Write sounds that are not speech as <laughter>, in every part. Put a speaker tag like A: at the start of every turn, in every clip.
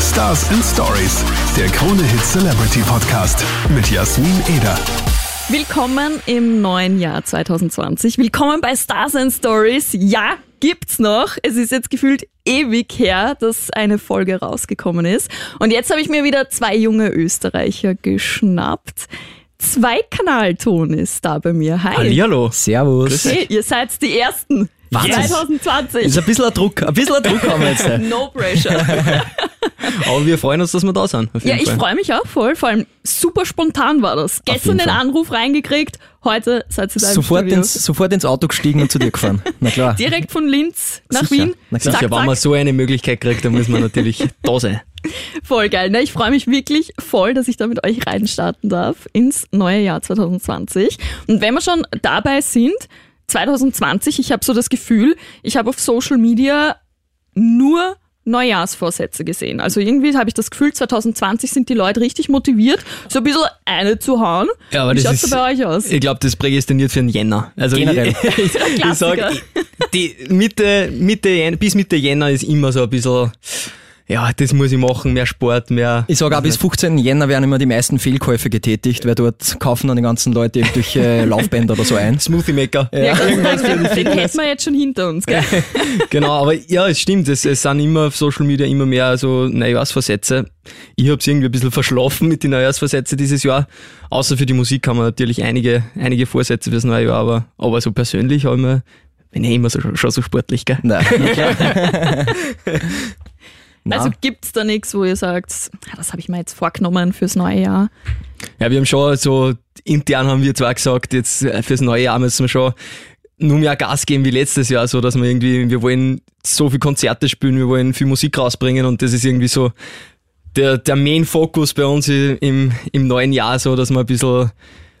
A: Stars and Stories, der Krone Hit Celebrity Podcast mit Jasmin Eder.
B: Willkommen im neuen Jahr 2020. Willkommen bei Stars and Stories. Ja, gibt's noch. Es ist jetzt gefühlt ewig her, dass eine Folge rausgekommen ist. Und jetzt habe ich mir wieder zwei junge Österreicher geschnappt. Zweikanalton ist da bei mir. Hi.
C: Hallihallo.
D: Servus.
B: Hey, ihr seid die Ersten.
C: Wahnsinn.
B: 2020.
C: Ist ein bisschen ein Druck, ein bisschen ein Druck haben
B: <laughs>
C: wir jetzt.
B: No
C: <laughs>
B: pressure.
C: Aber wir freuen uns, dass wir da sind. Auf
B: Ja,
C: jeden
B: ich
C: Fall.
B: freue mich auch voll. Vor allem super spontan war das. Gestern
C: jeden
B: den
C: Fall.
B: Anruf reingekriegt, heute seid ihr da im
D: Sofort
B: Studio.
D: ins, sofort ins Auto gestiegen und zu
B: <laughs>
D: dir gefahren. Na klar.
B: Direkt von Linz nach
D: Sicher.
B: Wien.
D: Na klar.
B: Zack,
C: Sicher, wenn man
B: zack.
C: so eine Möglichkeit kriegt, dann muss
B: <laughs>
C: man natürlich da sein.
B: Voll geil. Ne? Ich freue mich wirklich voll, dass ich da mit euch reinstarten darf ins neue Jahr 2020. Und wenn wir schon dabei sind, 2020, ich habe so das Gefühl, ich habe auf Social Media nur Neujahrsvorsätze gesehen. Also irgendwie habe ich das Gefühl, 2020 sind die Leute richtig motiviert, so ein bisschen eine zu hauen.
C: Ja, aber
B: Wie
C: das
B: schaut's
C: ist-
B: da bei euch aus?
C: Ich glaube, das prädestiniert für den Jänner. Also
D: Generell.
C: <laughs> Ich, ich
B: Klassiker.
C: sag, die Mitte, Mitte, Jän- bis Mitte Jänner ist immer so ein bisschen, ja, das muss ich machen, mehr Sport, mehr.
D: Ich sage auch, bis 15. Jänner werden immer die meisten Fehlkäufe getätigt, weil dort kaufen dann die ganzen Leute <laughs> irgendwelche Laufbänder oder so ein.
C: Smoothie Maker.
B: Ja, Gott sei Dank, den hätten wir jetzt schon hinter uns. Gell?
C: genau, aber ja, es stimmt. Es, es sind immer auf Social Media immer mehr so Neujahrsversätze. Ich habe es irgendwie ein bisschen verschlafen mit den Neujahrsversätzen dieses Jahr. Außer für die Musik haben wir natürlich einige, einige Vorsätze fürs neue Jahr, aber, aber so persönlich haben wir, bin ich immer so, schon so sportlich, gell?
D: Nein. na klar. Na,
B: Also gibt's da nichts, wo ihr sagt, "Ah, das habe ich mir jetzt vorgenommen fürs neue Jahr.
C: Ja, wir haben schon so, intern haben wir zwar gesagt, jetzt äh, fürs neue Jahr müssen wir schon nur mehr Gas geben wie letztes Jahr, so dass wir irgendwie, wir wollen so viel Konzerte spielen, wir wollen viel Musik rausbringen und das ist irgendwie so der, der Main-Fokus bei uns i- im, im neuen Jahr, so dass wir ein bisschen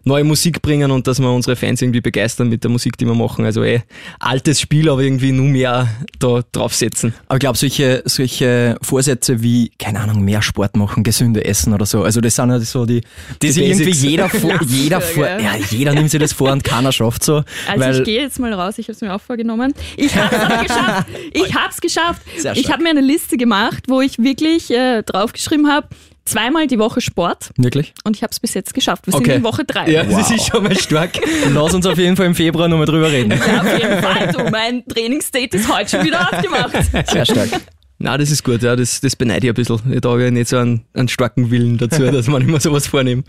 C: neue Musik bringen und dass wir unsere Fans irgendwie begeistern mit der Musik, die wir machen. Also eh, altes Spiel, aber irgendwie nur mehr da draufsetzen.
D: aber ich glaube, solche, solche Vorsätze wie, keine Ahnung, mehr Sport machen, gesünder essen oder so, also das sind halt so die, die,
C: Die
D: irgendwie
C: Basics.
D: <laughs> jeder vor, jeder vor,
B: gell?
D: ja, jeder nimmt sich das vor und keiner schafft so.
B: Also
D: weil,
B: ich gehe jetzt mal raus, ich habe es mir auch vorgenommen. Ich habe es
D: <laughs>
B: aber geschafft. Ich habe es geschafft.
D: Sehr
B: Ich
D: stark.
B: habe mir eine Liste gemacht, wo ich wirklich äh, draufgeschrieben habe, zweimal die Woche Sport
D: wirklich?
B: und ich habe es bis jetzt geschafft. Wir sind in Woche drei.
C: Ja, das
D: Wow.
C: ist schon mal stark.
D: Lass uns auf jeden Fall im Februar nochmal drüber reden.
B: Ja, auf jeden Fall. Du, mein Trainingsdate ist heute schon wieder
D: <laughs>
B: abgemacht.
D: Sehr stark.
C: Na, das ist gut, ja, das, das beneide ich ein bisschen. Ich habe ja nicht so einen, einen starken Willen dazu,
D: <laughs>
C: dass man immer sowas vornimmt.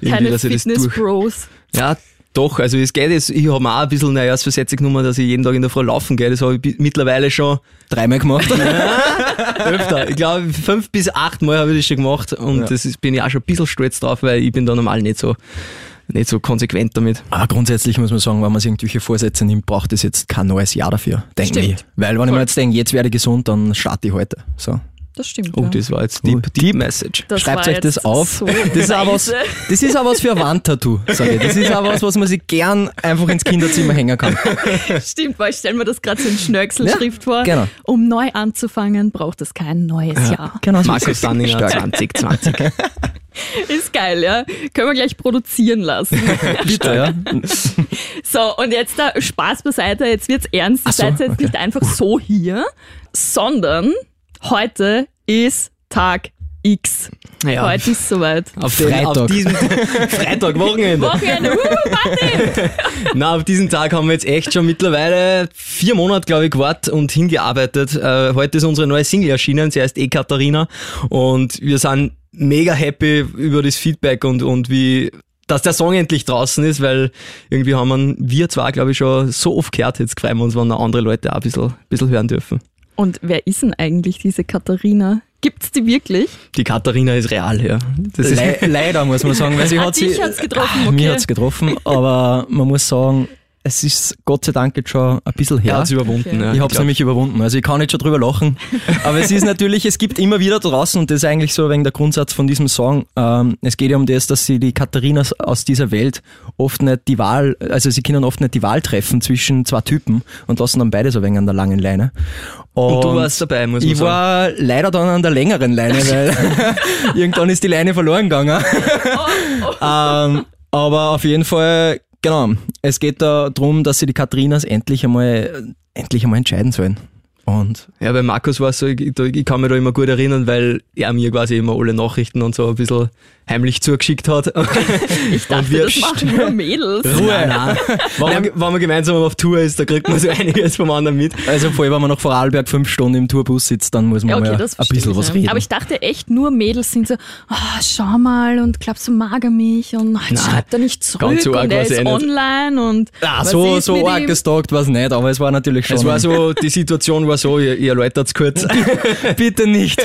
C: Irgendwie,
B: Keine
C: dass ich das durch-
B: Fitness-Bros.
C: Ja, doch, also es geht jetzt, ich habe mir auch ein bisschen Neujahrsversätze genommen, dass ich jeden Tag in der Früh laufen gehe. Das habe ich bi- mittlerweile schon
D: Dreimal gemacht.
C: öfter. ich glaube, fünf bis acht Mal habe ich das schon gemacht und
D: Ja.
C: das ist, bin ich auch schon ein bisschen stolz drauf, weil ich bin da normal nicht so, nicht so konsequent damit.
D: Aber Ah, grundsätzlich muss man sagen, wenn man sich irgendwelche Vorsätze nimmt, braucht es jetzt kein neues Jahr dafür, denke
B: Stimmt.
D: ich. Weil wenn ich mir jetzt denke, jetzt werde ich gesund, dann starte ich heute. So.
B: Das stimmt.
C: Oh,
B: ja.
C: das war jetzt deep,
D: Oh,
C: deep,
D: deep.
C: Message.
B: Das war
D: Schreibt euch das
B: jetzt
D: auf.
B: So
D: <laughs> Das ist, auch was,
B: leise.
D: das ist auch was für ein Wandtattoo, sage ich. Das ist auch was, was man sich gern einfach ins Kinderzimmer
B: <laughs>
D: hängen kann.
B: Stimmt, weil ich stelle mir das gerade so in Schnörkelschrift
D: Ja,
B: vor.
D: genau.
B: Um neu anzufangen, braucht es kein neues Jahr.
D: Genau,
C: Markus Danninger 2020.
B: <laughs> Ist geil, ja. Können wir gleich produzieren
D: <laughs>
B: lassen.
D: <laughs> Bitte, ja.
B: so, und jetzt da Spaß beiseite, jetzt wird's ernst. Ihr
D: Ach so,
B: seid jetzt
D: okay.
B: nicht einfach so hier, sondern heute ist Tag X.
C: Ja.
B: Heute ist
D: <laughs>
B: soweit.
C: Auf, den, auf
D: Freitag.
C: diesem <laughs> Freitag, Wochenende.
D: Genau.
B: Wochenende, uh, Party!
C: Na, auf diesen Tag haben wir jetzt echt schon mittlerweile vier Monate, glaube ich, gewartet und hingearbeitet. Äh, heute ist unsere neue Single erschienen, sie heißt E-Katharina und wir sind mega happy über das Feedback und, und wie, dass der Song endlich draußen ist, weil irgendwie haben wir ihn- wir zwar, glaube ich, schon so oft gehört. Jetzt freuen wir uns, wenn auch andere Leute auch ein bisschen, ein bisschen hören dürfen.
B: Und wer ist denn eigentlich diese Katharina? Gibt's die wirklich?
C: Die Katharina ist real, ja. Das ist,
D: Le leider muss man sagen, weil sie
B: Ah,
D: hat
B: dich
D: sie.
B: hat's getroffen,
D: Ah, Mir
B: okay.
D: hat's getroffen, aber man muss sagen, es ist Gott sei Dank jetzt schon ein bisschen her.
C: er hat's überwunden.
B: Okay.
C: <laughs> Ja,
D: Ich habe es
C: Ne, glaub.
D: nämlich überwunden. Also ich kann jetzt schon drüber
C: <laughs>
D: lachen. Aber es ist natürlich, es gibt immer wieder draußen, und das ist eigentlich so wegen der Grundsatz von diesem Song, ähm, es geht ja um das, dass sie die Katharinas aus dieser Welt oft nicht die Wahl, also sie können oft nicht die Wahl treffen zwischen zwei Typen und lassen dann beide so ein wenig an der langen Leine.
C: Und du warst dabei, muss man
D: Ich
C: sagen.
D: war leider dann an der längeren Leine, weil <laughs> irgendwann ist die Leine
B: <laughs>
D: verloren gegangen. <laughs> ähm, aber auf jeden Fall, genau, es geht da darum, dass sie die Katrinas endlich einmal, endlich einmal entscheiden sollen. Und
C: Ja, bei Markus war es so, ich, da- ich kann mich da immer gut erinnern, weil er mir quasi immer alle Nachrichten und so ein bisschen heimlich zugeschickt hat. <laughs>
B: Ich dachte,
C: wir
B: das machen nur
D: <laughs>
B: Mädels.
C: Nein, nein. Wenn, man, wenn man gemeinsam auf Tour ist, da kriegt man so <laughs> einiges vom anderen mit.
D: also vor allem, wenn man nach Vorarlberg fünf Stunden im Tourbus sitzt, dann muss man
B: Ja, okay,
D: mal
B: das
D: ein
B: verstehe
D: bisschen
B: ich,
D: was
B: ja.
D: reden.
B: Aber ich dachte echt, nur Mädels sind so, oh, schau mal und klappst du mager mich und oh, jetzt
C: Nein,
B: schreibt er nicht zurück
C: ganz so arg
B: und er
C: war's
B: ist
C: eh nicht.
B: online und
D: Ah,
B: was
D: so,
B: ist
D: so
B: mit
D: arg
B: ihm?
D: gestalkt war es nicht, aber es war natürlich schon.
C: Es war
D: <laughs>
C: so, die Situation war so, ihr, ihr erläutert es kurz.
D: bitte nicht.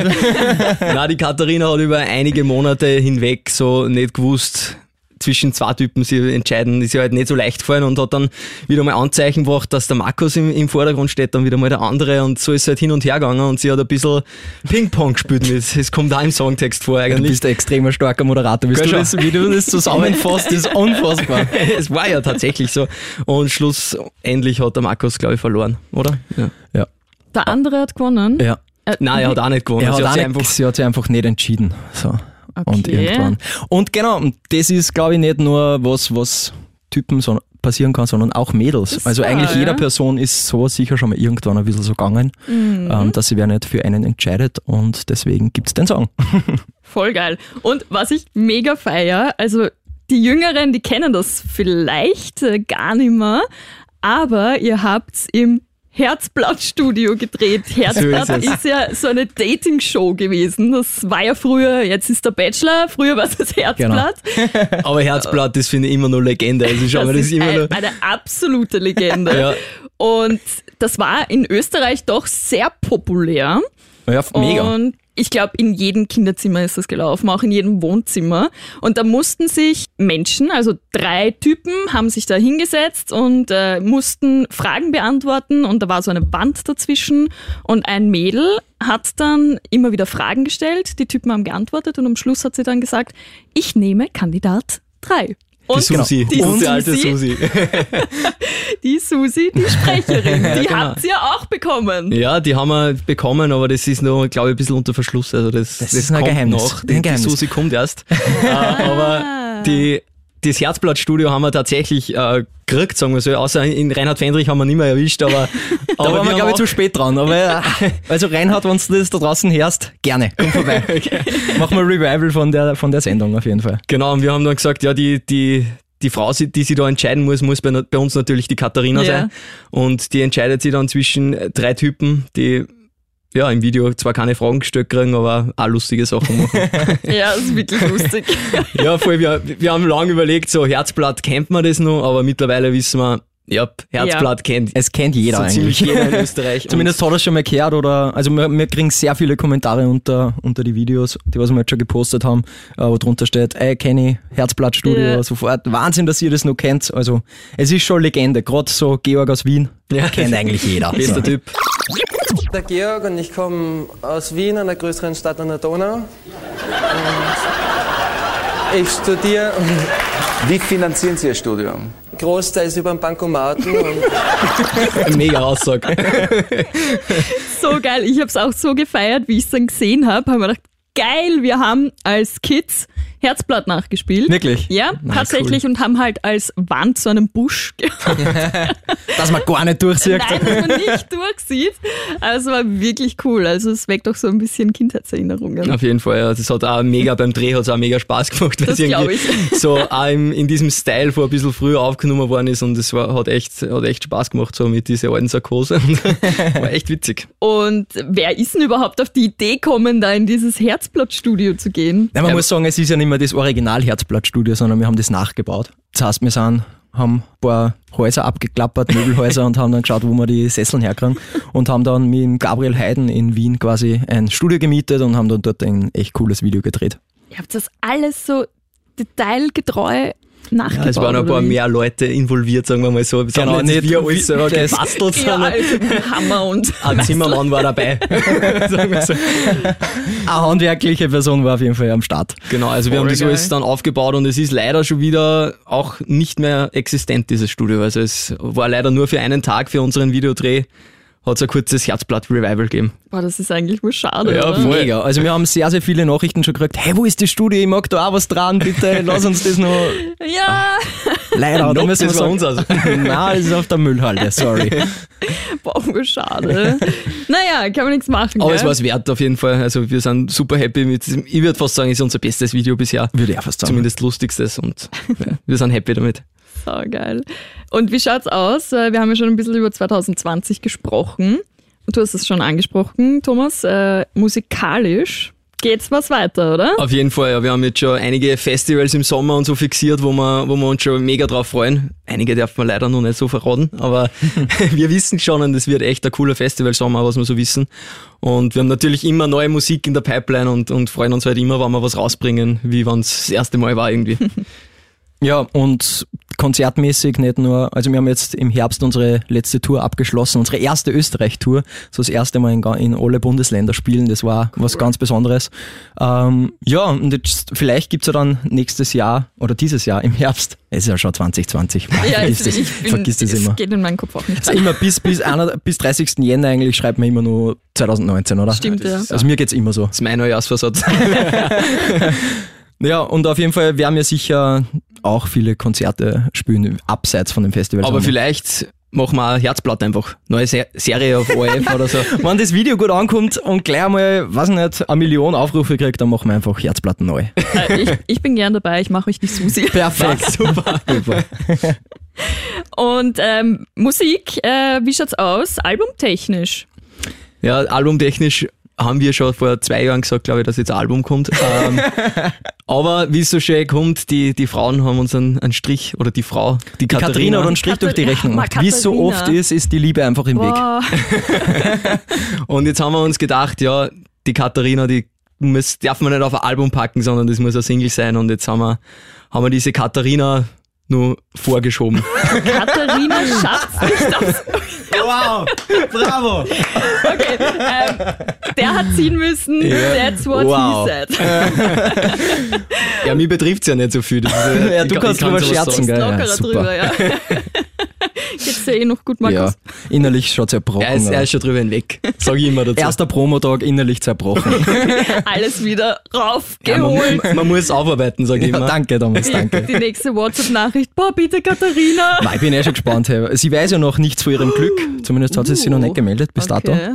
C: Na, die Katharina hat über einige Monate hinweg so nicht gewusst, zwischen zwei Typen sie entscheiden, ist ja halt nicht so leicht gefallen und hat dann wieder mal Anzeichen gebracht, dass der Markus im, im Vordergrund steht, dann wieder mal der andere und so ist es halt hin und her gegangen und sie hat ein bisschen Ping-Pong gespielt. Es, es kommt auch im Songtext vor
D: Du
C: eigentlich.
D: bist ein extremer starker Moderator. Wie du,
C: Gell schon.
D: das, wie du das zusammenfasst, <laughs> ist
C: <laughs>
D: unfassbar.
C: es war ja tatsächlich so. Und schlussendlich hat der Markus, glaube ich, verloren, oder? Ja.
D: Ja.
B: Der andere hat gewonnen.
D: ja.
B: Äh,
C: Nein, er hat auch nicht gewonnen.
D: Er hat
C: Sie
D: auch
C: sich
D: nicht, sie hat sich einfach nicht entschieden. So. Und
B: Okay.
D: irgendwann. Und genau, und das ist, glaube ich, nicht nur was, was Typen so passieren kann, sondern auch Mädels.
B: Das
D: also
B: war,
D: eigentlich
B: ja.
D: jeder Person ist so sicher schon mal irgendwann ein bisschen so gegangen,
C: Mhm.
D: ähm, dass sie wer nicht für einen entscheidet und deswegen gibt's den Song.
B: Voll geil. Und was ich mega feier, also die Jüngeren, die kennen das vielleicht äh, gar nicht mehr, aber ihr habt's im Herzblattstudio gedreht. Herzblatt
C: <laughs> So ist
B: ist,
C: es.
B: ja so eine Dating-Show gewesen. Das war ja früher, jetzt ist der Bachelor, früher war es
C: Genau.
B: das Herzblatt.
C: <laughs> Aber Herzblatt, das finde ich immer nur Legende. Also ich schaue mir
B: Das
C: das
B: ist
C: immer
B: ein,
C: nur.
B: eine absolute <laughs> Legende.
C: Ja.
B: Und das war in Österreich doch sehr populär.
D: Ja,
B: Und ich glaube, in jedem Kinderzimmer ist das gelaufen, auch in jedem Wohnzimmer. Und da mussten sich Menschen, also drei Typen, haben sich da hingesetzt und äh, mussten Fragen beantworten. Und da war so eine Wand dazwischen. Und ein Mädel hat dann immer wieder Fragen gestellt. Die Typen haben geantwortet und am Schluss hat sie dann gesagt, ich nehme Kandidat drei. Und
D: Genau.
B: genau,
C: Susi,
B: die
C: unsere alte
B: Susi,
C: Susi.
B: die Susi, die
C: <laughs>
B: Sprecherin, die habt ihr auch bekommen.
C: genau. Ja, die haben wir bekommen, aber das ist noch, glaube ich, ein bisschen unter Verschluss. Also das, das,
D: ist ein
C: kommt
D: Geheimnis.
C: noch.
D: Ein
C: Die, die
D: Geheimnis. Ah.
C: Susi kommt erst. äh,
B: Ah.
C: aber die, das Herzblattstudio haben wir tatsächlich äh, gekriegt, sagen wir so. Außer in Reinhard Fendrich haben wir nicht mehr erwischt,
D: <laughs>
C: aber,
D: Da
C: aber
D: waren wir,
C: haben
D: glaube ich,
C: auch-
D: zu spät dran. Aber
C: <laughs>
D: <laughs> äh, also Reinhard, wenn du das da draußen hörst, gerne, komm
C: <laughs>
D: vorbei. Mach mal Revival von der, von der Sendung auf jeden Fall.
C: Genau, und wir haben dann gesagt, ja, die, die, die Frau, sie- die sich da entscheiden muss, muss bei, bei uns natürlich die Katharina
B: Ja.
C: sein. Und die entscheidet sich dann zwischen drei Typen, die ja im Video zwar keine Fragen gestellt kriegen, aber auch lustige Sachen machen.
B: Ja, das ist wirklich lustig.
C: Ja, voll. Wir, wir haben lange überlegt, so Herzblatt kennt man das noch, aber mittlerweile wissen wir, ja, Herzblatt kennt
D: Es kennt jeder
C: so ziemlich
D: eigentlich.
C: jeder in Österreich. <laughs> Und
D: Zumindest hat er schon mal gehört oder also wir, wir kriegen sehr viele Kommentare unter, unter die Videos, die was wir jetzt schon gepostet haben, äh, wo drunter steht, ey, kenne ich, Herzblattstudio
B: Ja.
D: sofort. Wahnsinn, dass ihr das noch kennt. Also es ist schon Legende. Gerade so Georg aus Wien
C: Ja.
D: kennt eigentlich jeder.
C: bester Typ.
E: der Georg und ich komme aus Wien, einer größeren Stadt an der Donau. Und ich studiere
F: Wie finanzieren Sie Ihr Studium?
E: großteils über den Bankomaten und
C: Mega Aussage.
B: <laughs> so geil. Ich habe es auch so gefeiert, wie ich es dann gesehen habe. Haben wir gedacht, geil, wir haben als Kids Herzblatt nachgespielt.
D: Wirklich?
B: Ja, tatsächlich und haben halt als Wand so einen Busch <laughs> gehabt.
D: Dass man gar nicht durchsieht.
B: Nein, dass man nicht durchsieht. Aber es war wirklich cool. Also es weckt doch so ein bisschen Kindheitserinnerungen.
C: Auf jeden Fall, ja. Das hat auch mega, beim Dreh hat es auch mega Spaß gemacht, weil
B: Das
C: es irgendwie
B: glaub <laughs>
C: so auch im, in diesem Style vor ein bisschen früher aufgenommen worden ist und es war, hat, echt, hat echt Spaß gemacht, so mit dieser alten Sarkose. <laughs> War echt witzig.
B: Und wer ist denn überhaupt auf die Idee gekommen, da in dieses Herzblattstudio zu gehen?
D: Nein, man muss sagen, es ist ja nicht mehr das Original-Herzblattstudio, sondern wir haben das nachgebaut. Das heißt, wir sind, haben ein paar Häuser
C: <laughs>
D: abgeklappert, Möbelhäuser und haben dann geschaut, wo wir die Sesseln herkriegen und haben dann mit dem Gabriel Heiden in Wien quasi ein Studio gemietet und haben dann dort ein echt cooles Video gedreht.
B: Ihr habt das alles so detailgetreu nachgebaut.
C: es waren ein
B: oder
C: paar
B: wie?
C: mehr Leute involviert, sagen wir mal so. Das
D: Genau,
C: haben nicht
D: nicht
C: wir alles <laughs> selber
D: das-
C: gebastelt,
B: Ja,
C: sondern
B: also Hammer und <laughs>
C: ein Zimmermann war dabei. sagen wir so.
D: Eine handwerkliche Person war auf jeden Fall am Start.
C: Genau, also wir haben
B: Voll
C: das
B: geil.
C: alles dann aufgebaut und es ist leider schon wieder auch nicht mehr existent, dieses Studio. Also es war leider nur für einen Tag für unseren Videodreh, hat es ein kurzes Herzblatt-Revival gegeben.
B: Boah, das ist eigentlich wohl schade.
C: Ja,
B: oder?
C: voll.
D: Mega. Also wir haben sehr, sehr viele Nachrichten schon gekriegt. Hey, wo ist die Studie? Ich mag da auch was dran, bitte lass uns das noch.
C: <laughs>
B: ja.
D: Leider, da
C: Nope,
D: müssen wir
C: das war
D: sagen,
C: unseres.
D: <laughs> Nein, das ist auf der Müllhalde, sorry.
B: boah, wohl
C: <laughs>
B: schade. naja, kann man nichts machen.
C: Aber
B: gell?
C: es war es wert auf jeden Fall. Also wir sind super happy mit diesem. Ich würde fast sagen, es ist unser bestes Video bisher.
D: Würde ich auch fast sagen.
C: Zumindest lustigstes und ja, wir sind happy damit.
B: Sau geil. Und wie schaut's aus? Äh, Wir haben ja schon ein bisschen über 2020 gesprochen. Und du hast es schon angesprochen, Thomas. Äh, musikalisch geht's was weiter, oder?
C: Auf jeden Fall, ja. Wir haben jetzt schon einige Festivals im Sommer und so fixiert, wo wir, wo wir uns schon mega drauf freuen. Einige darf man leider noch nicht so verraten, aber <laughs> wir wissen schon und es wird echt ein cooler Festivalsommer, was wir so wissen. Und wir haben natürlich immer neue Musik in der Pipeline und, und freuen uns halt immer, wenn wir was rausbringen, wie wenn es das erste Mal war irgendwie.
D: Ja, und konzertmäßig nicht nur, also wir haben jetzt im Herbst unsere letzte Tour abgeschlossen, unsere erste Österreich-Tour, so das erste Mal in, ga- in alle Bundesländer spielen, das war was ganz Besonderes. Ähm, ja, und jetzt, vielleicht gibt's ja dann nächstes Jahr oder dieses Jahr im Herbst, es ist ja schon 2020,
C: Oh,
D: vergiss das, vergiss das
B: es
D: immer.
B: geht in meinen Kopf auch nicht.
C: <laughs>
D: Also immer bis, bis, einer, bis 30. Jänner eigentlich schreibt man immer nur 2019, oder?
B: Stimmt, ja.
D: Also mir geht's immer so.
C: Das ist mein Neujahrsversatz.
D: Ja, und auf jeden Fall werden wir sicher auch viele Konzerte spielen, abseits von dem Festival.
C: Aber vielleicht machen wir auch Herzblatt einfach. Neue Se Serie auf ORF oder so.
D: Wenn das Video gut ankommt und gleich einmal, weiß nicht, eine Million Aufrufe kriegt, dann machen wir einfach Herzplatten neu.
B: Äh, ich, ich bin gern dabei, ich mache euch die Susi.
D: Perfekt. Super. Super.
B: Und ähm, Musik, äh, wie schaut's aus? Albumtechnisch.
C: Ja, albumtechnisch haben wir schon vor zwei Jahren gesagt, glaube ich, dass jetzt ein Album
D: <laughs>
C: kommt. Ähm, aber wie es so schön kommt, die, die Frauen haben uns einen, einen Strich oder die Frau, die,
D: Die Katharina
C: Katharina,
D: hat einen Strich durch die
B: Katharina,
D: Rechnung
B: ma,
D: gemacht. Wie es so
B: Katharina.
D: oft ist, ist die Liebe einfach im Weg.
B: Boah,
C: Und jetzt haben wir uns gedacht, ja, die Katharina, die muss, darf man nicht auf ein Album packen, sondern das muss ein Single sein. Und jetzt haben wir, haben wir diese Katharina nur
D: <laughs>
C: vorgeschoben.
B: Katharina schafft's nicht aufs
D: Wow, bravo.
B: Okay, ähm, der hat ziehen müssen. That's what
D: Wow.
B: he said.
C: ja, mir betrifft es ja nicht so viel. Das
D: <laughs>
C: ist,
D: Ja, du
C: ich-
D: kannst
C: ich kann
D: drüber
C: sowas
D: scherzen,
C: sagen.
D: gell?
B: Lockerer
D: Ja, super.
B: drüber,
D: <laughs>
B: ja. Geht's dir eh noch gut,
D: Ja,
B: Markus?
D: innerlich schon zerbrochen.
C: Er ist, er ist schon drüber hinweg, sage ich immer dazu.
D: Erster Promotag, innerlich zerbrochen.
B: Alles wieder
C: Ja, man,
B: raufgeholt.
C: man
D: <laughs>
C: muss aufarbeiten, sage ich
D: ja,
C: immer.
D: danke, Thomas, danke.
B: Die nächste WhatsApp-Nachricht. Boah, bitte, Katharina.
D: Nein, ich bin eh schon gespannt. hey. Sie weiß ja noch nichts von ihrem Glück. Zumindest hat sie sich noch nicht gemeldet bis
B: Uh, Okay.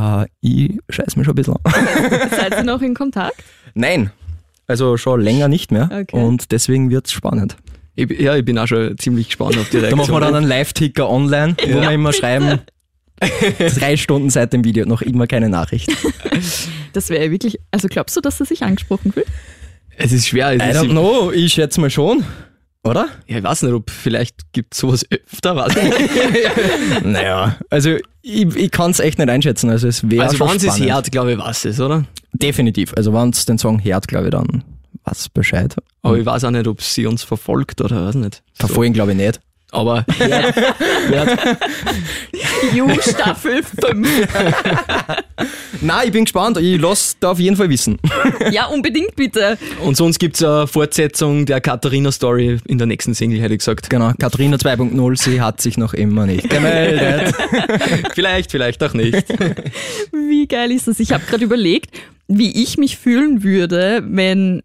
D: dato. Äh, ich scheiß mich schon ein bisschen an.
B: Seid ihr noch in Kontakt?
D: Nein. Also schon länger nicht mehr.
B: Okay.
D: Und deswegen wird's spannend.
C: Ich, ja, ich bin auch schon ziemlich gespannt auf die
D: <laughs> Da
C: Reaktion.
D: machen wir dann einen Live-Ticker online, wo wir immer schreiben, drei Stunden seit dem Video noch immer keine Nachricht.
B: Das wäre wirklich. Also glaubst du, dass er sich angesprochen fühlt?
C: es ist schwer.
D: I
C: Es ist,
D: don't know, ich schätze mal schon. Oder?
C: Ja, ich weiß nicht, ob vielleicht gibt sowas öfter. Weiß
D: <laughs>
C: nicht.
D: Naja. Also ich, ich kann's echt nicht einschätzen. Also es wäre
C: also,
D: schon
C: wenn es
D: spannend.
C: hört, glaube ich, weiß es, oder?
D: Definitiv. Also wenn's den Song hört, glaube ich, dann was Bescheid.
C: Aber ich weiß auch nicht, ob sie uns verfolgt oder weiß nicht.
D: Verfolgen glaube ich nicht. <laughs>
C: Aber
B: You Staffel 5.
D: Nein, ich bin gespannt. Ich lasse da auf jeden Fall wissen.
B: Ja, unbedingt bitte.
C: und sonst gibt es eine Fortsetzung der Katharina-Story in der nächsten Single, hätte ich gesagt.
D: Genau, Katharina 2.0, sie hat sich noch immer nicht gemeldet.
C: Vielleicht, vielleicht auch nicht.
D: <laughs>
B: Wie geil ist das? Ich habe gerade überlegt, wie ich mich fühlen würde, wenn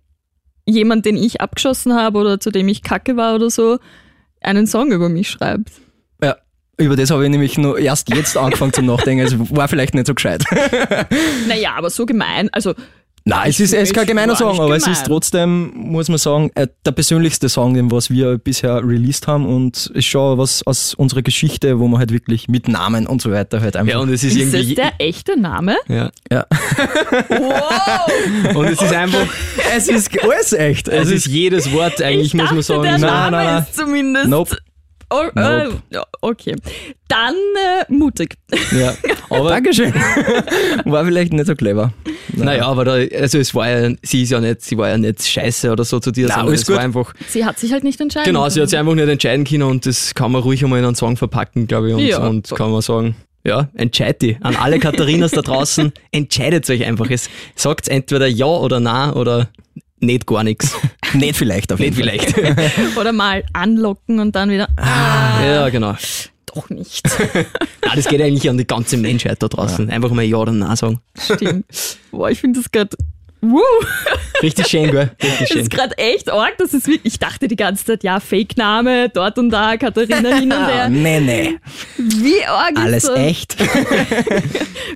B: jemand, den ich abgeschossen habe oder zu dem ich kacke war oder so, einen Song über mich schreibt.
D: ja, über das habe ich nämlich nur erst jetzt angefangen zu nachdenken. Es war vielleicht nicht so gescheit. <laughs>
B: Naja, aber so gemein. Also,
D: Nein, es ist, es ist kein
B: Ich-
D: gemeiner
B: war
D: Song,
B: nicht
D: aber es
B: gemein.
D: ist trotzdem, muss man sagen, äh, der persönlichste Song, den was wir bisher released haben und ist schon was aus unserer Geschichte, wo man halt wirklich mit Namen und so weiter halt einfach.
C: Ja, und es ist,
B: ist das
C: irgendwie.
B: der echte
C: <laughs>
B: Name?
C: ja.
D: Ja.
B: Wow!
C: Und es ist
D: <laughs>
C: einfach,
D: <laughs> es ist alles
C: <laughs>
D: echt.
C: es ist jedes Wort
B: Ich
C: eigentlich, muss
B: dachte,
C: man sagen.
B: der
D: nein,
B: Name
D: nein, nein.
B: ist zumindest...
D: Nope.
B: Oh, äh, okay. Dann äh, mutig. <laughs>
D: Ja. Aber Dankeschön. <laughs> War vielleicht nicht so clever.
C: Naja, aber da, also es war ja, sie ist ja nicht, sie war ja nicht scheiße oder so zu dir, sondern
D: alles
C: es
D: gut.
C: war einfach,
B: Sie hat sich halt nicht entscheiden
C: Genau, sie hat
B: können.
C: sich einfach nicht entscheiden können und das kann man ruhig einmal in einen Song verpacken, glaube ich, und,
B: Ja.
C: und kann man sagen, ja, entscheidet die. An alle Katharinas da draußen, entscheidet euch einfach. Es sagt entweder ja oder nein oder nicht gar nichts.
D: Nicht vielleicht auf
C: Nicht
D: jeden Fall.
C: vielleicht.
B: Oder mal anlocken und dann wieder... Ah,
C: ja, genau.
B: doch nicht.
C: Nein, das geht eigentlich an die ganze Menschheit da draußen. Einfach mal Ja oder Nein sagen.
B: Stimmt. Boah, ich finde das gerade. <laughs> Wow,
C: Richtig schön, gell? Richtig
B: das
C: schön.
B: ist gerade echt arg. Das ist wirklich, ich dachte die ganze Zeit, ja, Fake-Name, dort und da, Katharina hin und
D: <laughs>
B: her.
D: Ah, Nee, nee.
B: Wie arg ist
D: Alles
B: das?
D: echt.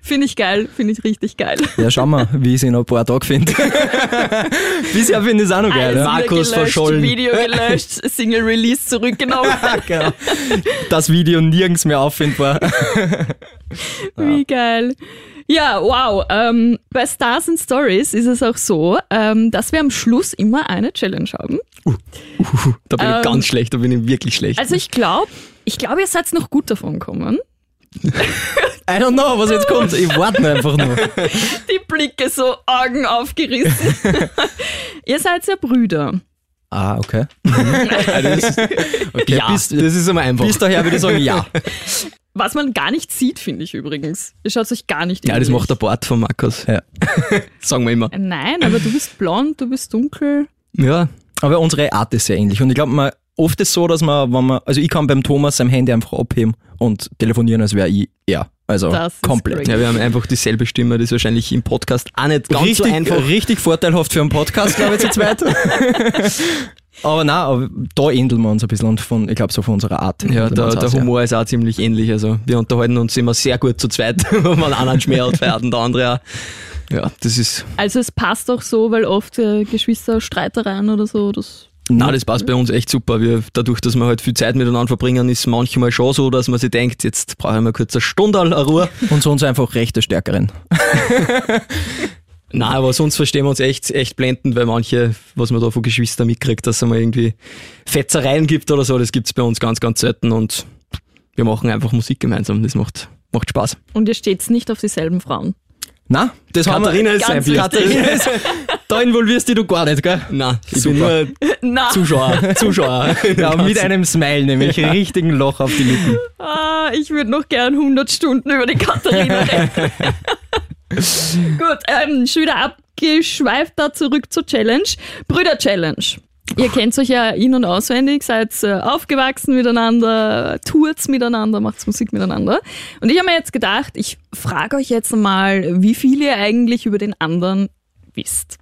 B: Finde ich geil, finde ich richtig geil.
D: Ja, schauen wir, wie ich es in ein paar Tagen finde. <laughs> Bisher finde ich es auch noch
B: Alles
D: geil. ja.
B: wieder
C: Markus
B: gelöscht,
C: verschollen. <laughs>
B: Video gelöscht, Single Release zurückgenommen.
D: genau. Das Video nirgends mehr auffindbar.
B: Wie geil. Ja, wow. Ähm, bei Stars and Stories ist es auch so, ähm, dass wir am Schluss immer eine Challenge haben.
C: Da bin ich ganz schlecht, da bin ich wirklich schlecht.
B: Also ich glaube, ich glaube, ihr seid noch gut davon gekommen.
D: <laughs> I don't know, was jetzt kommt. Ich warte einfach nur.
B: Die Blicke so Augen aufgerissen. ihr seid ja Brüder.
D: Ah,
C: <laughs>
D: okay.
C: ja,
D: bist-
C: das ist immer einfach.
D: Bis daher würde ich sagen, ja.
B: Was man gar nicht sieht, finde ich übrigens. Ihr schaut euch gar nicht
C: ja, das
B: ähnlich.
C: macht der Bart von Markus.
D: Ja.
C: sagen wir immer.
B: Nein, aber du bist blond, du bist dunkel.
C: Ja,
D: Aber unsere Art ist sehr ähnlich. Und ich glaube, man oft ist so, dass man, wenn man, also ich kann beim Thomas sein Handy einfach abheben und telefonieren, als wäre ich er. Also
B: Das ist
D: komplett.
B: great.
C: ja, wir haben einfach dieselbe Stimme, das ist wahrscheinlich im Podcast auch nicht ganz
D: richtig,
C: so einfach.
D: richtig vorteilhaft für einen Podcast, glaube ich, zu zweit.
C: <laughs>
D: aber nein, aber da ähneln wir uns ein bisschen und von, ich glaube, so von unserer Art.
C: Ja,
D: ähneln wir
C: der,
D: uns auch
C: der
D: sehr.
C: Humor ist auch ziemlich ähnlich. Also wir unterhalten uns immer sehr gut zu zweit, <laughs> wenn man einen schmält, feiert und der andere auch. Ja, das ist.
B: Also es passt auch so, weil oft äh, Geschwister Streitereien oder so. Das
C: Na, das passt bei uns echt super. Wir, dadurch, dass wir halt viel Zeit miteinander verbringen, ist manchmal schon so, dass man sich denkt, jetzt brauche ich mal kurz eine Stunde an
D: <laughs>
C: Ruhe.
D: Und sonst einfach rechte Stärkerin.
C: Nein, aber sonst verstehen wir uns echt, echt blendend, weil manche, was man da von Geschwistern mitkriegt, dass es einmal irgendwie Fetzereien gibt oder so, das gibt's bei uns ganz, ganz selten und wir machen einfach Musik gemeinsam. Das macht, macht Spaß.
B: und ihr steht nicht auf dieselben Frauen.
D: Na, das
C: Katharina
D: haben wir.
C: ist
B: Ganz
C: ein
D: Katharina
C: <laughs>
D: ist, da involvierst dich du gar nicht, gell?
C: Nein, ich bin
D: Super.
C: nur
B: Na,
D: <laughs>
C: Zuschauer, Zuschauer.
D: Ja, mit einem Smile nämlich, richtigen Loch auf die Lippen.
B: ah, ich würde noch gern 100 Stunden über die Katharina reden. <laughs> Gut, ähm, schon wieder abgeschweift da zurück zur Challenge. Brüder Challenge. Ihr kennt euch ja in- und auswendig, seid äh, aufgewachsen miteinander, tourt's miteinander, macht's Musik miteinander. Und ich habe mir jetzt gedacht, ich frage euch jetzt mal, wie viel ihr eigentlich über den anderen wisst.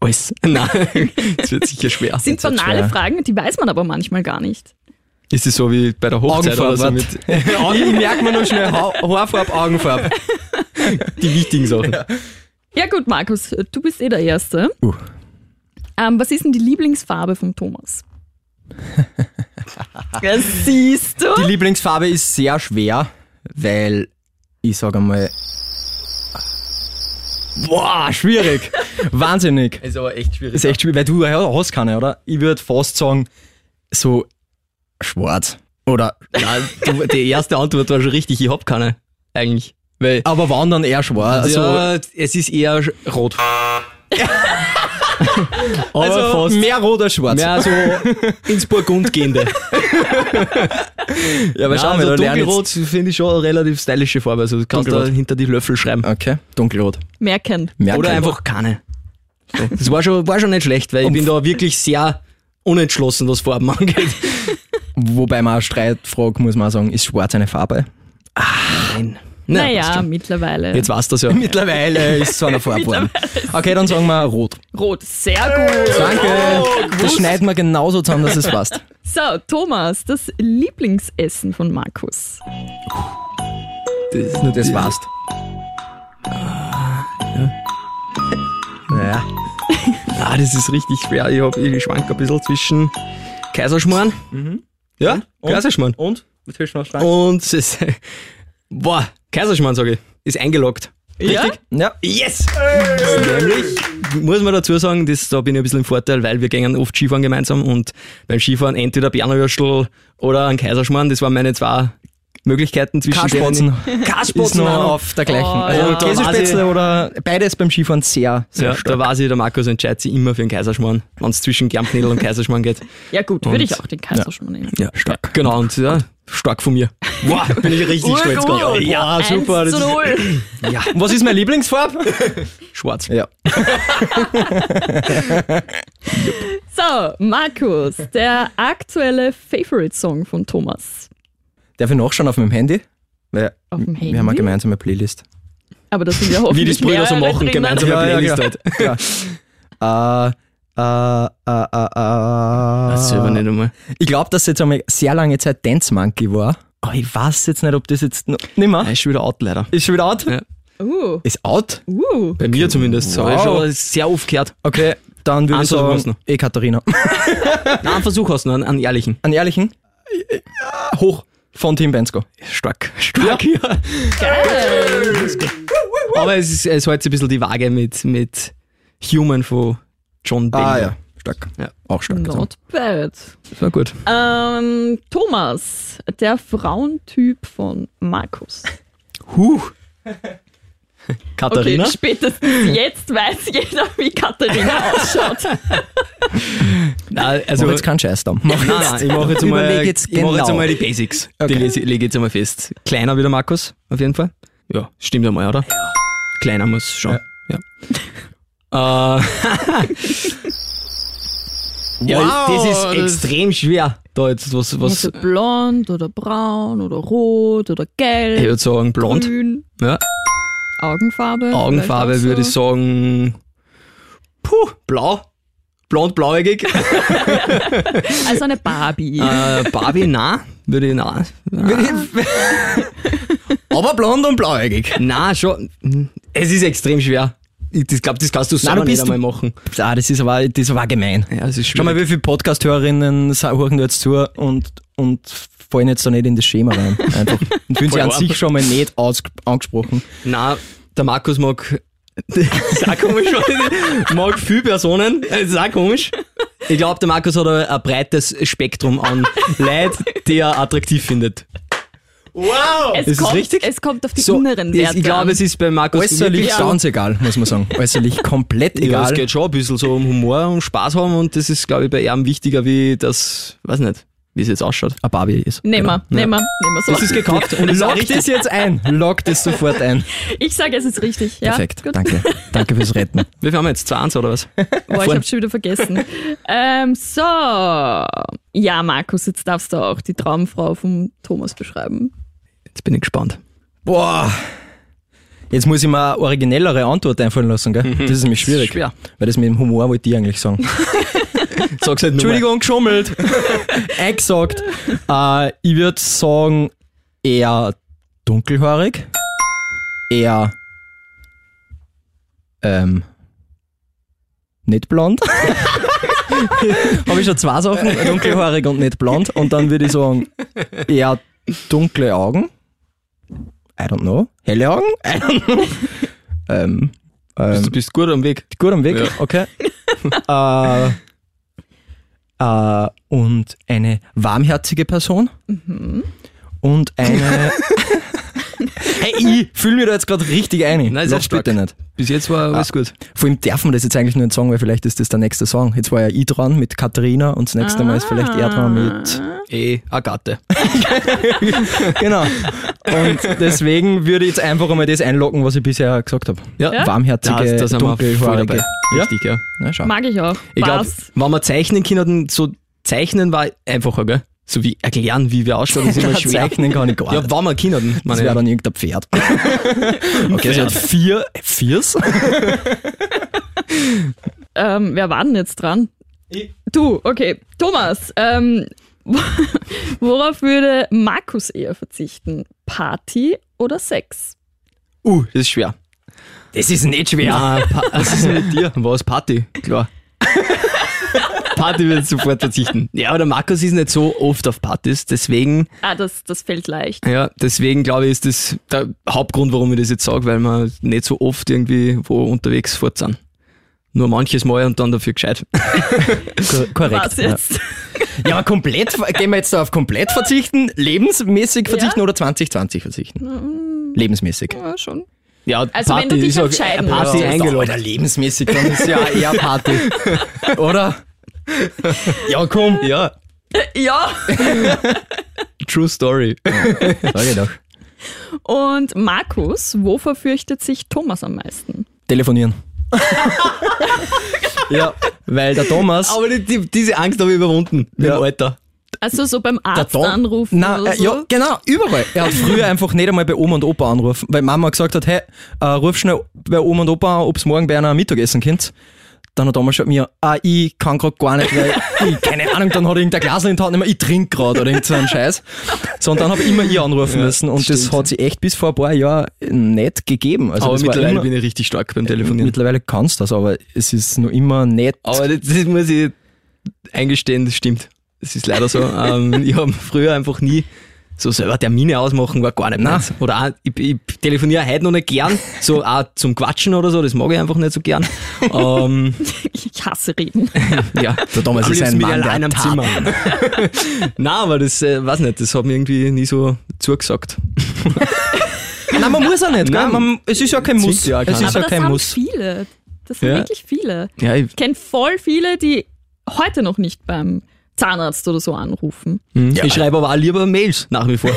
C: Alles. Nein, <laughs> das wird sicher schwer.
B: Sind banale Fragen, die weiß man aber manchmal gar nicht.
C: Ist es so wie bei der Hochzeit oder so
D: Augenfarbe.
C: mit
D: <laughs> ich merke mir noch schnell Ha- Haarfarbe, Augenfarbe.
C: die wichtigen Sachen?
B: Ja gut, Markus, du bist eh der Erste.
D: Uh.
B: Ähm, was ist denn die Lieblingsfarbe von
C: <laughs>
B: Thomas? das siehst du.
D: Die Lieblingsfarbe ist sehr schwer, weil ich sage einmal.
C: <laughs>
D: Boah, schwierig. Wahnsinnig.
C: Ist aber echt schwierig.
D: Ist echt schwierig, weil du hast keine, oder? Ich würde fast sagen, so schwarz. Oder.
C: Nein, du, die erste Antwort war schon richtig, ich hab keine. Eigentlich. Weil.
D: Aber wann dann eher schwarz?
C: ja, es ist eher sch- rot.
D: also, also mehr rot als schwarz.
C: Mehr so also ins Burgund gehende.
D: ja, aber
C: Nein,
D: schauen wir,
C: also
D: da lernen jetzt-
C: dunkelrot finde ich schon eine relativ stylische Farbe. Also du kannst da
D: Dunkelrot.
C: hinter die Löffel schreiben.
D: Okay, dunkelrot.
B: Merken.
D: Merkel.
C: Oder einfach keine. So. Das war schon, war schon nicht schlecht, weil ich bin da wirklich sehr unentschlossen, was Farben <laughs> angeht.
D: Wobei man auch Streitfrage, muss man auch sagen, ist schwarz
C: <laughs>
D: eine Farbe?
C: Nein. passt
B: naja,
C: schon.
B: mittlerweile.
C: Jetzt war's das ja.
D: Mittlerweile ist es so eine Farbe. okay, dann sagen wir rot.
B: Rot, sehr gut.
D: Danke. das schneiden wir genauso zusammen, dass es <laughs> passt.
B: So, Thomas, das Lieblingsessen von Markus.
D: Nur das war's. Ja.
C: Ah, das ist richtig schwer. Ich, hab, ich schwank ein bisschen zwischen Kaiserschmarrn. Ja, Kaiserschmarrn.
D: Mhm. Und? Mit Höchstmaßstab.
C: Und es ist, <laughs> boah, Kaiserschmarrn sage ich, ist eingeloggt.
B: Richtig?
D: Ja.
C: Yes! Nämlich, muss man dazu sagen, das, da bin ich ein bisschen im Vorteil, weil wir gehen oft Skifahren gemeinsam und beim Skifahren entweder Berner Würstel oder ein Kaiserschmarrn, das waren meine zwei Möglichkeiten zwischen
D: Kaspotzen.
C: Kaspotzen
D: Ist nur
C: auch noch.
D: auf der gleichen.
B: Oh,
D: also
B: ja.
D: Käsespätzle oder beides beim Skifahren sehr, sehr
C: Ja, da
D: stark.
C: weiß ich, der Markus entscheidet sich immer für den Kaiserschmarrn, wenn es zwischen Germknädel und Kaiserschmarrn geht.
B: Ja gut, würde
C: Und-
B: ich auch den Kaiser schon mal nehmen.
D: Ja, stark.
C: Genau, und ja, stark von mir. Wow, bin ich richtig stolz gerade.
B: Urgut.
C: Ja,
B: Eins
C: super. Das
B: zu
C: ist
B: null.
D: Ja. Und <laughs> was ist meine Lieblingsfarbe?
C: schwarz.
D: Ja.
B: So, Markus, der aktuelle Favorite Song von Thomas.
D: Darf ich nachschauen auf meinem Handy? Weil
B: Auf dem
D: wir haben eine
B: Handy?
D: gemeinsame Playlist.
B: Aber das sind ja
C: Wie
B: hoffentlich
C: die Brüder so
B: mehrere
C: machen,
B: drinnen.
C: gemeinsame
D: Ja, ja,
C: Playlist
D: ja. genau.
C: halt.
D: <laughs> Ja. äh, äh, äh, äh, äh.
C: Das selber nicht einmal.
D: Ich glaube, dass jetzt einmal sehr lange Zeit Dance Monkey war. Aber ich weiß jetzt nicht, ob das jetzt noch nimmer.
C: Er ist schon wieder out leider.
D: Ist schon wieder out?
C: Ja.
B: Uh,
D: Ist out?
B: uh.
C: Bei mir zumindest. Wow. Habe ich schon sehr oft gehört.
D: Okay, dann würde ich
C: Antwort muss
D: sagen,
C: noch.
D: eh Katharina.
C: Nein, einen Versuch hast du noch, einen, einen ehrlichen.
D: An ehrlichen? Ja, Hoch von Team Bensko.
C: Stark. Stark, ja. Aber es, ist, es hält sich ein bisschen die Waage mit, mit Human von John Denver.
D: Ah, Stark.
C: Ah, Ja.
D: Auch stark. Also, gesungen.
B: Not
C: Genau.
B: bad.
C: Das war gut.
B: Ähm, Thomas, der Frauentyp von Markus.
C: Huh.
B: Okay,
C: <laughs> Katharina?
B: spätestens jetzt weiß jeder, wie
C: <laughs>
B: Katharina ausschaut.
C: Nein,
D: Also,
C: also,
D: Mach jetzt keinen Scheiß da.
C: nein, nein, ich mache jetzt,
D: Überleg
C: einmal-
D: jetzt
C: ich mache jetzt
D: genau.
C: einmal die Basics.
D: Okay.
C: Die lese, lege ich jetzt einmal fest. Kleiner wie der Markus, auf jeden Fall. Ja, stimmt einmal, oder? Kleiner muss schon. Ja. Äh, <laughs> ja, das ist
D: das-
C: extrem schwer, da jetzt was. was
B: Also blond oder braun oder rot oder
C: ich
B: gelb,
C: würde sagen, blond.
B: grün,
C: Ja.
B: Augenfarbe.
C: Augenfarbe
B: vielleicht auch
C: würde ich
B: so.
C: sagen. Puh, blau. Blond-blauäugig.
B: Also eine Barbie.
C: äh, Barbie, na, würde ich na.
D: <laughs> Aber blond und blauäugig.
C: Na, schon. Es ist extrem schwer. Ich glaube, das kannst du so
D: Nein, du
C: nicht
D: bist-
C: einmal machen.
D: Ah, das ist aber, das war gemein.
C: Ja, es ist
D: Schau mal,
C: schwierig.
D: wie viele Podcast-Hörerinnen sa- hören da jetzt zu und, und fallen jetzt da nicht in das Schema rein. Einfach. Und fühlen sich an
C: arm.
D: sich schon mal nicht aus, angesprochen.
C: Na, der Markus mag. <laughs> Das ist auch komisch. weil- mag viele Personen. Das ist auch komisch. Ich glaube, der Markus hat ein, ein breites Spektrum an Leuten, die er attraktiv findet.
B: es,
C: Oh, ist es
B: kommt,
C: richtig?
B: es kommt auf die
C: So,
B: inneren
C: es,
B: Werte
C: ich glaube,
B: an.
C: es ist bei Markus
D: Äußerlich
C: wirklich-
D: ganz egal, muss man sagen. Äußerlich komplett
C: Ja,
D: egal.
C: es geht schon ein bisschen so um Humor und Spaß haben und das ist, glaube ich, bei ihm wichtiger wie das, weiß nicht, wie es jetzt ausschaut.
D: Eine Barbie ist.
B: Nehmen wir, nehmen wir, nehmen wir so.
C: Das ist gekauft und ist auch
D: Lockt
C: richtig.
D: es jetzt ein. Lockt es sofort ein.
B: Ich sage, es ist richtig. Ja?
D: Perfekt.
B: Gut.
D: Danke. Danke fürs Retten.
C: Wie viel haben wir jetzt? 2-1 oder was?
B: Boah, ich
C: Vorhin.
B: hab's schon wieder vergessen. <laughs> ähm, so. Ja, Markus, jetzt darfst du auch die Traumfrau vom Thomas beschreiben.
C: Jetzt bin ich gespannt.
D: Boah. Jetzt muss ich mir eine originellere Antwort einfallen
C: <laughs>
D: lassen, gell? Das ist nämlich schwierig.
C: schwer.
D: Weil das mit dem Humor wollte ich eigentlich sagen.
C: Sag's halt nur.
D: Entschuldigung, <laughs> geschummelt. Eingesagt. Äh, ich würde sagen, eher dunkelhaarig. Eher. Ähm. Nicht blond. <laughs> Habe ich schon zwei Sachen, dunkelhaarig und nicht blond. Und dann würde ich sagen, eher dunkle Augen. I don't know. Helle Augen? Äh, I don't know. Ähm, ähm,
C: Mal. Du bist gut am Weg.
D: Gut am Weg,
C: Ja.
D: okay. <laughs> äh, äh, und eine warmherzige Person.
C: Mhm.
D: Und
C: <laughs>
D: eine. hey, ich fühle mich da jetzt gerade richtig ein.
C: Nein, ist
D: Lass
C: auch stark.
D: bitte nicht.
C: Bis jetzt
D: Ah.
C: war alles gut.
D: Vor allem darf man das jetzt eigentlich nicht sagen, weil vielleicht ist das der nächste Song. Jetzt war ja ich dran mit Katharina und das nächste Mal ist vielleicht er dran mit.
C: Eh, Agathe. Ah.
D: <laughs> Genau. Und deswegen würde ich jetzt einfach einmal das einloggen, was ich bisher gesagt habe.
C: Ja,
D: Warmherzige,
C: das, das haben wir voll
D: dunkelhaarige.
C: dabei.
D: Ja?
C: Richtig, ja.
D: Na, schau.
B: Mag ich auch.
C: Ich glaube,
B: Passt.
C: wenn wir zeichnen können, so zeichnen war einfacher, gell? So wie erklären, wie wir ausschauen, ist
D: <laughs>
C: immer schwer.
D: Zeichnen kann ich gar
C: Ja,
D: nicht.
C: wenn wir können,
D: Das
C: meine Also
D: wäre
C: ich.
D: dann irgendein <laughs> Pferd. also okay, sie hat vier. Viers?
B: Ähm, wer war denn jetzt dran? Du, okay. Thomas, ähm, <laughs> worauf würde Markus eher verzichten? Party oder Sex?
C: Uh, das ist schwer.
D: Das ist nicht
C: Nein, Ah, Pa- <laughs> was ist denn mit dir? Was? Party? Klar. Party wird sofort verzichten. Ja, aber der Markus ist nicht so oft auf Partys, deswegen,
B: Ah, das, das fällt leicht.
C: ja, deswegen glaube ich, ist das der Hauptgrund, warum ich das jetzt sage, weil wir nicht so oft irgendwie wo unterwegs fort sind. Nur manches Mal und dann dafür gescheit.
D: korrekt.
B: Was
D: Ja.
B: jetzt?
D: ja, aber komplett, ver- gehen wir jetzt da auf komplett verzichten, lebensmäßig verzichten oder 2020 verzichten? Lebensmäßig.
B: Ja, schon.
C: Ja,
B: Also wenn du dich entscheiden
C: Party
B: müsstest.
C: eingeladen.
D: Alter, lebensmäßig, dann ist ja <laughs> eher Party. oder? Ja, komm.
C: Ja,
B: Ja,
C: true story.
D: Sag ich doch.
B: und Markus, wo verfürchtet sich Thomas am meisten?
D: Telefonieren. <laughs> ja, weil der Thomas.
C: Aber die, die, diese Angst habe ich überwunden mit
D: Ja.
C: dem Alter.
B: Also so beim Arzt
D: Tom-
B: anrufen
D: Nein,
B: oder
D: äh,
B: so.
D: Ja, genau, überall. Er
C: <laughs>
D: hat früher einfach nicht einmal bei Oma und Opa anrufen, weil Mama gesagt hat, hey, äh, ruf schnell bei Oma und Opa an, ob es morgen bei einer Mittagessen könnt. Dann hat Oma schon mir, ah, ich kann grad gar nicht,
C: <laughs>
D: weil ich, keine Ahnung, dann hat er irgendein Glas in der Hand, nicht mehr, ich trink grad oder irgend so einen Scheiß. So, und dann habe ich immer ihr anrufen müssen und das hat sie echt bis vor ein paar Jahren nicht gegeben. Also
C: Aber
D: das war
C: mittlerweile
D: immer,
C: bin ich richtig stark beim Telefonieren.
D: mittlerweile kannst du das, aber es ist nur immer nicht.
C: Aber das, das muss ich eingestehen, das stimmt. Das ist leider
D: <laughs>
C: so. ähm, ich habe früher einfach nie so selber Termine ausmachen, war gar nicht meins. Oder auch, ich, ich telefoniere heute noch nicht gern,
D: <laughs>
C: so auch zum Quatschen oder so, das mag ich einfach nicht so gern. Ähm,
B: Ich hasse reden.
D: <laughs>
C: ja.
D: Der Thomas
C: Am
D: ist
C: liebsten
D: ein
C: mit
D: Mann
C: allein
D: der
C: am
D: Tat. <laughs>
C: Zimmer. <laughs> Nein, aber das, äh, weiß nicht, das hat mir irgendwie nie so zugesagt.
D: Nein, man muss auch nicht, gell?
C: Nein.
D: Man, es ist ja kein Muss.
C: Zwingt ja auch
D: es
C: keiner.
D: ist
B: Aber
D: ja
B: das
D: kein
B: haben
D: Muss.
B: viele. Das sind
C: Ja.
B: wirklich viele.
C: Ja, ich,
B: Ich kenne voll viele, die heute noch nicht beim Zahnarzt oder so anrufen.
D: Hm.
C: ich schreibe aber auch lieber Mails nach wie
D: <laughs>
C: vor.